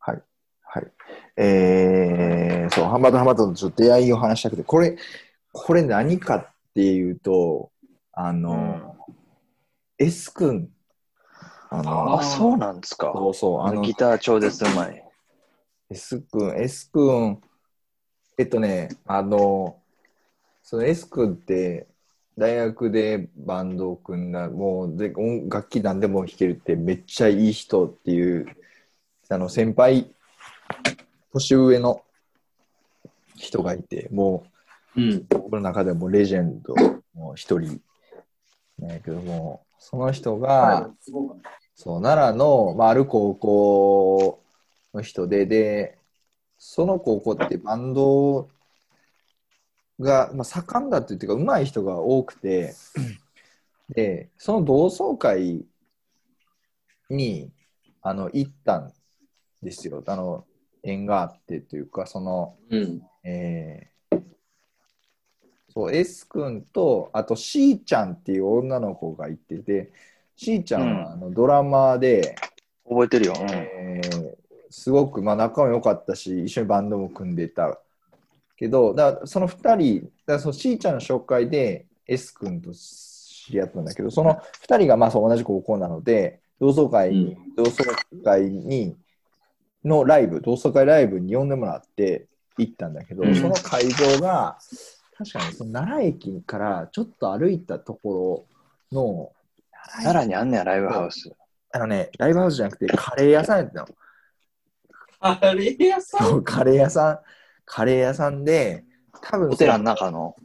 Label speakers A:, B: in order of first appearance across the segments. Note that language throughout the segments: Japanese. A: はい。えー、そう、ハンバートハンバートとちょっと出会いを話したくて、これ、これ何かっていうと、あの、S 君、あの、
B: あ、そうなんですか。
A: そうそう、あの、
B: ギター超絶うまい。
A: S 君、S 君、えっとね、あの、その S 君って、大学でバンドを組んだ、もうで音楽器何でも弾けるって、めっちゃいい人っていう、あの、先輩、年上の人がいて、も
C: うん。
A: う、僕の中でもレジェンドの一人なんやけども、その人が、そう、奈良の、まあ、ある高校の人で、で、その高校ってバンドが、まあ、盛んだっていうか、上手い人が多くて、で、その同窓会に、あの、行ったんですよ。あの、縁があってというか、その、
C: うん。
A: えーそう、S 君と、あと C ちゃんっていう女の子がいてて、C ちゃんはあのドラマーで、
B: 覚えてるよ。
A: えーすごく、まあ、仲も良かったし、一緒にバンドも組んでたけど、だからその2人、だからその C ちゃんの紹介で S 君と知り合ったんだけど、その2人がまあそう同じ高校なので、同窓会に、同窓会に、のライブ、同窓会ライブに呼んでもらって行ったんだけど、
C: うん
A: その会場が、確かにその奈良駅からちょっと歩いたところの、
B: 奈良にあんねや、ライブハウス。
A: あのね、ライブハウスじゃなくてカレー屋さんやったの。
C: カレー屋さん
A: そうカレー屋さん、カレー屋さんで、多分
B: お寺の中の。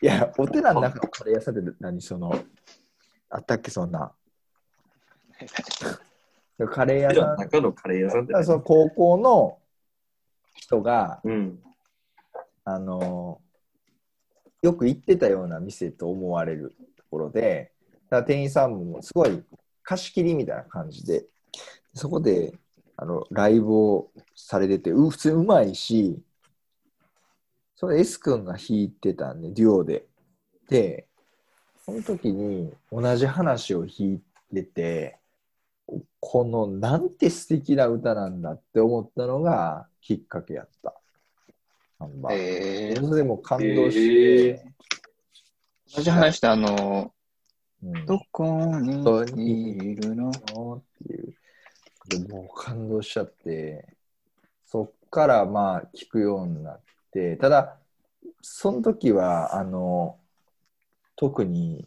A: いや、お寺の中のカレー屋さんって何その、あったっけ、そん な。カレー屋さん、
C: 中のカレー屋さんって
A: あその高校の人が、
C: うん。
A: あの、よく行ってたような店と思われるところで、だから店員さんもすごい貸し切りみたいな感じで、そこで、あの、ライブをされてて、う普通にうまいし、それ S 君が弾いてたんで、デュオで。で、その時に同じ話を弾いてて、このなんて素敵な歌なんだって思ったのがきっかけやった。ナンバー
B: えー
A: それでもう感動して、
C: え
B: 同じ話して、あの、
A: うん、
B: どこにいる
A: の
B: の
A: っていう。でもう感動しちゃって、そっからまあ聞くようになって、ただ、その時は、あの、特に、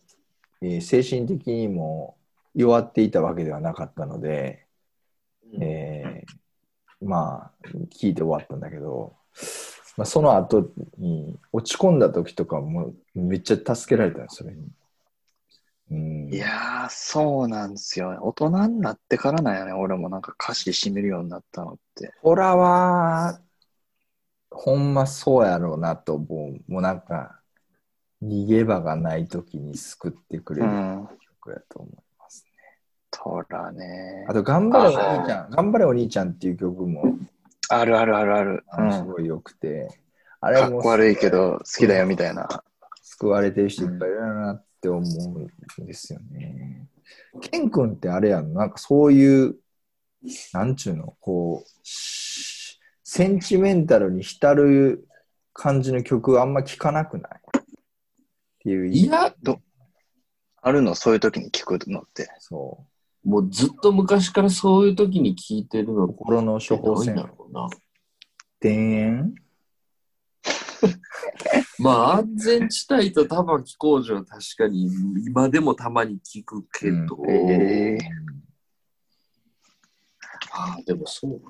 A: えー精神的にも弱っていたわけではなかったので、えーまあ、聞いて終わったんだけど、まあ、その後に落ち込んだ時とかもめっちゃ助けられたんです、それに。うん、
B: いやー、そうなんですよね。大人になってからなんやね、俺もなんか歌詞しみるようになったのって。
A: ほらは、ほんまそうやろうなと思う。もうなんか、逃げ場がない時に救ってくれ
B: う
A: る
B: ん。
A: 曲やと思いますね。
B: トラね
A: あ。と、頑張れお兄ちゃん、頑張れお兄ちゃんっていう曲も、
B: あるあるあるある。
A: あ
B: う
A: のす
B: ん。
A: ごい良くて、あれ
B: かっ
A: も
B: こ悪いけど、好きだよみたいな。
A: 救われてる人いっぱいいるなって思うんですよね。ケン君ってあれやん、なんかそういう、なんちゅうの、こう、しセンチメンタルに浸る感じの曲あんま聞かなくないっていう
C: いや、
B: あるの、そういう時に聞くのって。
A: そう。
C: もうずっと昔からそういう時に聞いてるのって
A: 心の処方
C: 多いんだ
A: 箋、
C: ろうな。
A: 田園
C: まあ、安全地帯と玉置工場は確かに今でもたまに聞くけど、
A: う
B: ええ
C: ああ、でもそうか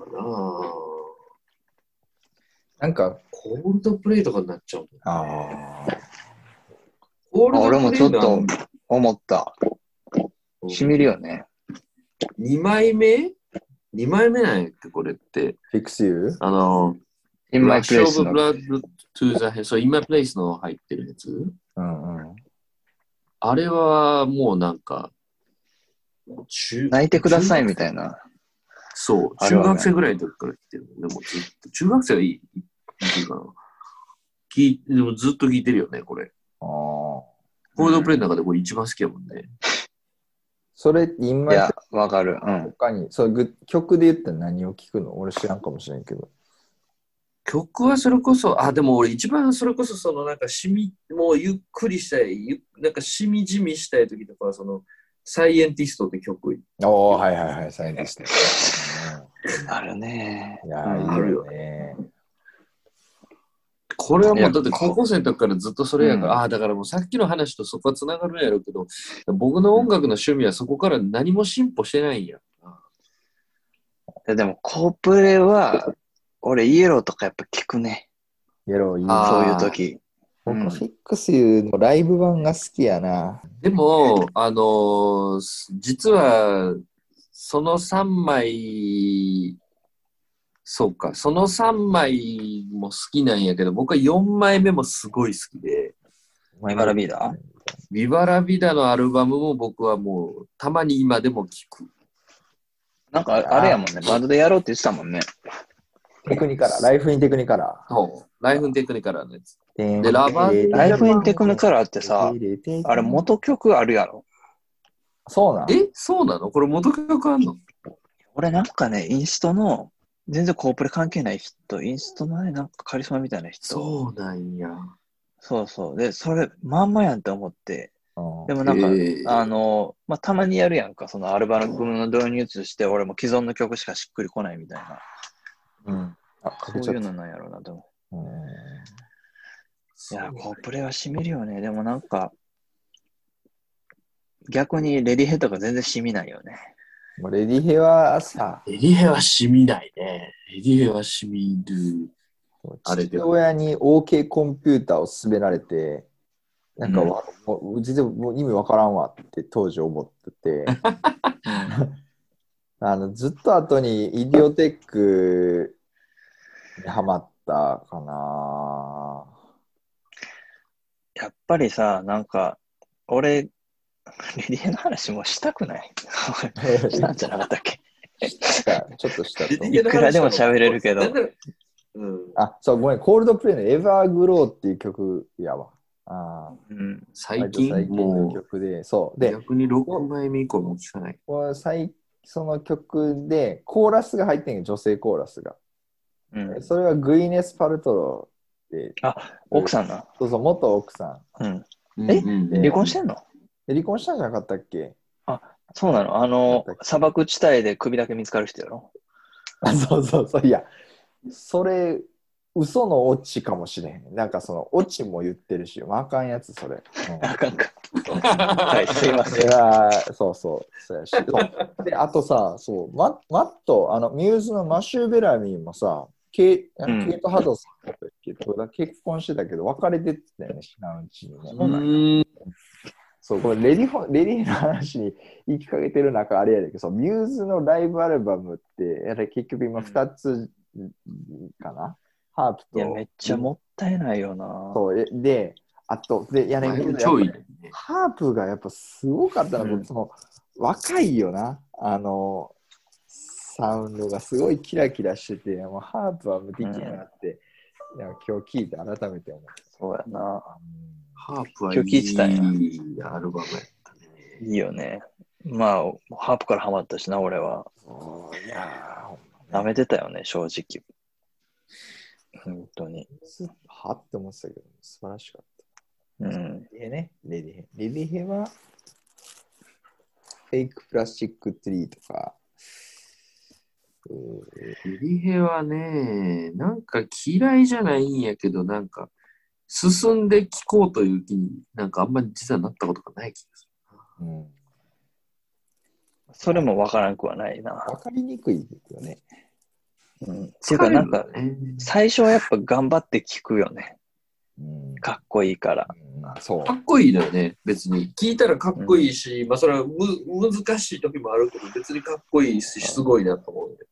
C: な。
A: なんか、
C: コールドプレイとかになっちゃう
A: あー
C: もん。
B: あ俺もちょっと
C: コールドプレイ
B: 思った。
C: なん
B: しみるよね。
C: 2枚目 ?2 枚目なんやって、これって。
A: フィクスユー
C: あの、
B: In My
C: Rush
B: Place
C: of
B: の。
C: Blood to the Head。そう、In My Place の入ってるやつ。
A: うんうん。
C: あれはもうなんか、中
B: 泣いてくださいみたいな。
C: そう、
B: あれは
C: 中
B: ね
C: 学生ぐらいの時から聞いてるの。でもずっと、中学生はいい、いいっていうかな。聞いでもずっと聞いてるよね、これ。
A: ああ。
C: コールドプレイの中でこれ一番好きやもんね。
A: それ、今
B: い
A: やっ
B: や
A: て、
B: わかる。うん。
A: 他に、そうぐ曲で言ったら何を聞くの俺知らんかもしれんけど。
C: 曲はそれこそ、あ、でも俺一番それこそそのなんかしみ、もうゆっくりしたい、ゆなんかしみじみしたい時とかはその、サイエンティストって曲
A: おおはいはいはい、サイエンティスト。
B: あるね
A: うんい。や
B: うん
A: ー、いいよね。
C: これはもうだって
B: いや
C: 高校生の時からずっとそれやから、
B: うん
C: ああだからもうさっきの話とそこはつながるんやろうけど僕の音楽の趣味はそこから何も進歩してないんや
B: ででも、コープレは、俺、イエローとかやっぱ聞くね。
A: イエローいい
C: あー
A: な。
B: そういう時。
A: 僕、
B: うん
A: フィックスのライブ版が好きやな。
C: でもあのーす実はその3枚そうかその3枚も好きなんやけど僕は4枚目もすごい好きで
A: 前
B: バラビーダ
C: 「ビバラビダ」のアルバムも僕はもうたまに今でも聴く
B: なんか、あれやもんね。バンドでやろうって言ってたもんね。
A: テクニカラ、ライフインテクニカラ。
C: そうライフンテクニカルのやつ
A: で
C: ラバー
B: ライフインテクニカラーってさ、
A: ー
B: あれ、元曲あるやろ。
A: そうなん
C: えそうなのこれ元曲あんの
B: 俺、なんかね、インストの、全然コープレ関係ない人、インストのね、なんかカリスマみたいな人。
C: そうなんや。
B: そうそう。で、それ、まんまやんって思って。
A: うん
B: でもなんか、
C: へー
B: あの、まあ、たまにやるやんか、そのアルバムの導入として、俺も既存の曲しかしっくりこないみたいな。
A: うん。あ、か
B: そ
A: け
B: う
A: ちゃっ
B: いう
A: た。
B: のなんやろうな、でも。
A: うん
B: いや、コープレはしみるよね。でもなんか、逆にレディヘッドが全然しみないよね。
A: もうレディヘはさ、
C: エリヘは染みないね。エリヘは染みる。あれで
A: 父親に OK コンピューターを勧められて、なんか
B: うん
A: わ、もう全然もう意味わからんわって当時思ってて、あのずっと後にイディオテックにハマったかな。
B: やっぱりさ、なんか、俺、レディヘの話もうしたくない したんじゃなかったっけ
A: ちょっとしたと思う
B: いくらでも喋れるけど
C: うん、
A: あ、そう、ごめん、コールドプレイのエヴァーグローっていう曲やわ。あー
B: うん。
C: 最
A: 割
C: 近、
A: との
C: も
A: 曲で、そう。
C: う、
A: で、
C: 逆に6枚目以降も聞かない。
A: この最その曲でコーラスが入ってんの女性コーラスが。
B: うん、
A: それはグイネス・パルトローで、
B: 奥さんな。
A: そうそう、元奥さ
B: うん。
C: え、うん
A: で
B: 離婚してんの
A: ん。で離婚したんじゃなかったっけ
B: そうなのあの
A: なんだっ、け
B: 砂漠地帯で首だけ見つかる人やろ
A: あそうそうそう、いや、それ、嘘のオチかもしれへん。なんかその、オチも言ってるし、まああかんやつ、それ。うん
B: あかんか。はい、 すいま
A: そ
B: せん。
A: れは、そうそう、そう やし。そうで、あとさ、そう、ママット、あの、ミューズのマシュー・ベラミーもさ、ケイあ
B: う
A: の
B: ん
A: ケイト・ハドソンだったっけとか結婚してたけど、別れてったよね、知らんうちにね。
B: そうなん
C: ん
A: そう、これレディホ、レディの話に行きかけてる中、あれやねんけど、そうミューズのライブアルバムって、あれ結局今2つかな、ハープと。
B: いや、めっちゃもったいないよな。
A: そうえで、あと、で、やねんけどやっぱ
C: 超いい、ね。
A: ハープがやっぱすごかったな、
B: うん
A: その若いよな、あの、サウンドがすごいキラキラしてて、もうハープは無敵やなって、なんか今日聞いて改めて思った。
B: そうやな。
C: ハープはい
B: 今日聞いてたんや
C: いアルバムやったね。
B: いいよね。まあ、ハープからハマったしな、俺は。
A: そういやーほんま
B: 舐
A: ね
B: めてたよね、正直。本当に。
A: はって思ってたけど、素晴らしかっ
B: うん。
A: た。でね、レディヘ。レディヘは、フェイクプラスチックツリーとか、うー
C: エリヘはね、なんか嫌いじゃないんやけど、なんか、進んで聞こうという気に、なんかあんまり実はなったことがない気がす
A: うん、
B: それもわからんくはないな。
A: わかりにくいですよね。
B: うん。てい
C: る。
B: うか、なんか、
C: 疲れるよね
B: 最初はやっぱ頑張って聞くよね。
A: うん
B: かっこいいから。
A: うんそう
C: か。っこいいのよね、別に。聞いたらかっこいいし、まあそれはむ難しい時もあるけど、別にかっこいいし、すごいなと思うんで。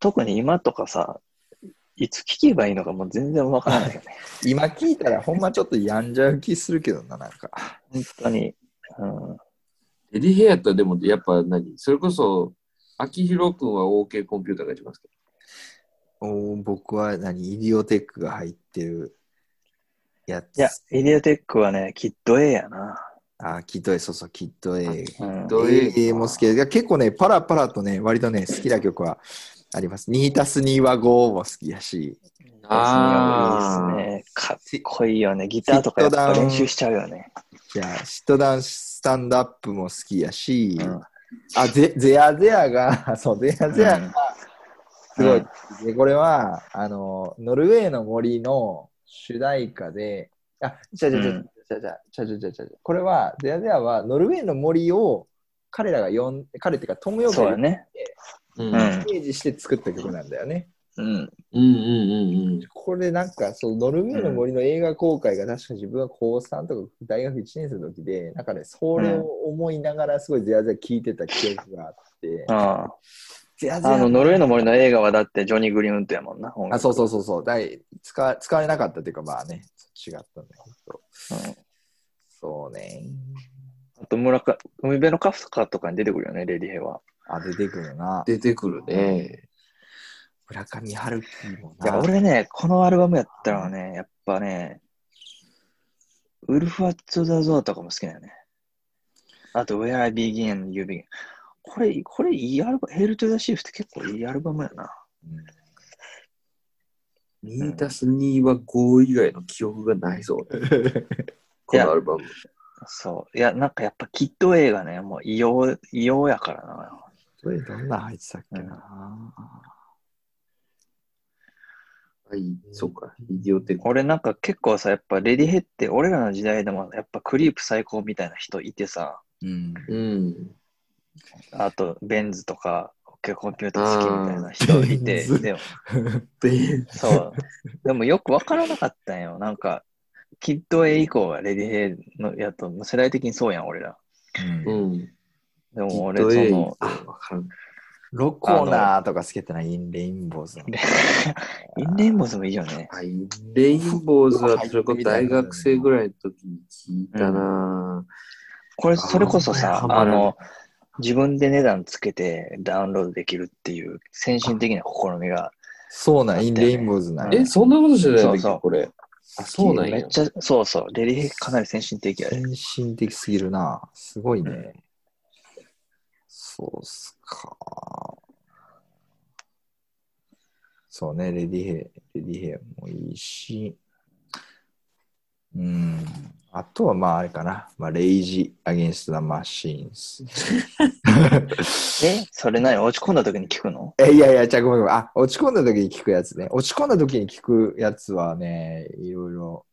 B: 特に今とかさ、いつ聞けばいいのかもう全然わからないよ ね。
A: 今聞いたらほんまちょっと病んじゃう気するけどな、なんか。
B: 本当に。うん。
C: エディヘアとでもやっぱ何それこそ、秋広くんは OK コンピューターが一番好き。
A: おー僕は何、イディオテックが入ってるやつ。
B: いや、イディオテックはね、きっとええやな。
A: あー、キッド A、そうそう、キッド A。キ
B: うん
A: ッド A も好きで、結構ね、パラパラとね、割とね、好きな曲はあります。2たす2は5も好きだし、
C: あー
B: いいですね。かっこいいよね。ギターとかやっぱ練習しちゃうよね。
A: じゃあ、シットダウンスタンドアップも好きやし、
B: うん
A: あ、ゼゼアゼアが、 そう、ゼアゼアがすごい好きで、これは、あの、ノルウェーの森の主題歌で、あ、ちゃちゃちゃちゃちゃちゃちゃちゃちゃちゃ、これは、ゼアゼアはノルウェーの森を彼らが呼ん、彼っていうかトムヨーク
B: そう
A: が
B: だね。
C: う。
B: う
A: イ。
B: んん
A: メージして作った曲なんだよね。
B: うん。
C: うんうんうんうん。
A: これなんか、そう、ノルウェーの森の映画公開が確か自分は高3とか大学1年生の時で、なんかね、それを思いながらすごいゼアゼア聴いてた記憶があって、
B: あ
A: ゼアゼア
B: あの、ノルウェーの森の映画はだってジョニー・グリーンウッドやもんな。
A: あ、そうそうそうそう。だい使使われなかったというか、まあね、違ったんだけど。
B: うん
A: そうね。
B: あと村か、海辺のカフカとかに出てくるよね、レディヘイは。
A: あ、出てくるな。
C: 出てくるね。
A: 村上春樹も
B: いや、
A: な。
B: 俺ね、このアルバムやったらね、やっぱね、ウルフ・アッツ・ザ・ゾーとかも好きだよね。あと、Where I Begin, You Begin。これ、これいいアルバム、ヘル・トゥ・ザ・シーフって結構いいアルバムやな。
C: 2たす2は5以外の記憶がないぞ、俺このアルバム。
B: そう。いや、なんかやっぱキッド映画ね、もう異様、異様やからな。
A: それどんな入ってたっけな。
C: はい、そうか、イディオテック。
B: 俺なんか結構さ、やっぱレディヘッって、俺らの時代でもやっぱクリープ最高みたいな人いてさ、
A: うん。
C: うん。
B: あと、ベンズとか、オッケーコンピューター好きみたいな人
A: ベ
B: いて、
A: ンズ
B: でも、
A: で、
B: そう。でもよくわからなかったんよ。なんか、キッド A 以降がレディヘイのやと、世代的にそうやん、俺ら。
A: うん
C: うん。
B: で
C: き
B: も
C: っ
B: 俺、
C: と
B: そ
C: A
B: の、
C: わからん。
A: ロコーナーとかつけてないインレインボーズの。
B: インレインボーズもいいよね。
C: はい、レインボーズはそれこそ大学生ぐらいの時に聞いたな、
B: これ、それこそ
C: あ
B: さ
C: ー、
B: あの、自分で値段つけてダウンロードできるっていう先進的な試みが、
A: そうなん、
B: だっ
A: イ
B: て
A: ンレインボーズなん
C: え、そんなことしてない
B: そうそう
C: これ。あ、そうなん
B: め
C: や
B: っ。ちゃ、そうそう、レディヘイかなり先進的やで。
A: 先進的すぎるな。すごいね。そうっすか。そうね、レディヘイ、レディヘイもいいし。うん。あとはまああれかな。まあ、レイジ・アゲンスト・ザ・マシーンス。
B: え、それ何落ち込んだ時に聞くの
A: え、いやいや、じゃあごめんごめん。あ、落ち込んだ時に聞くやつね。落ち込んだ時に聞くやつはね、いろいろ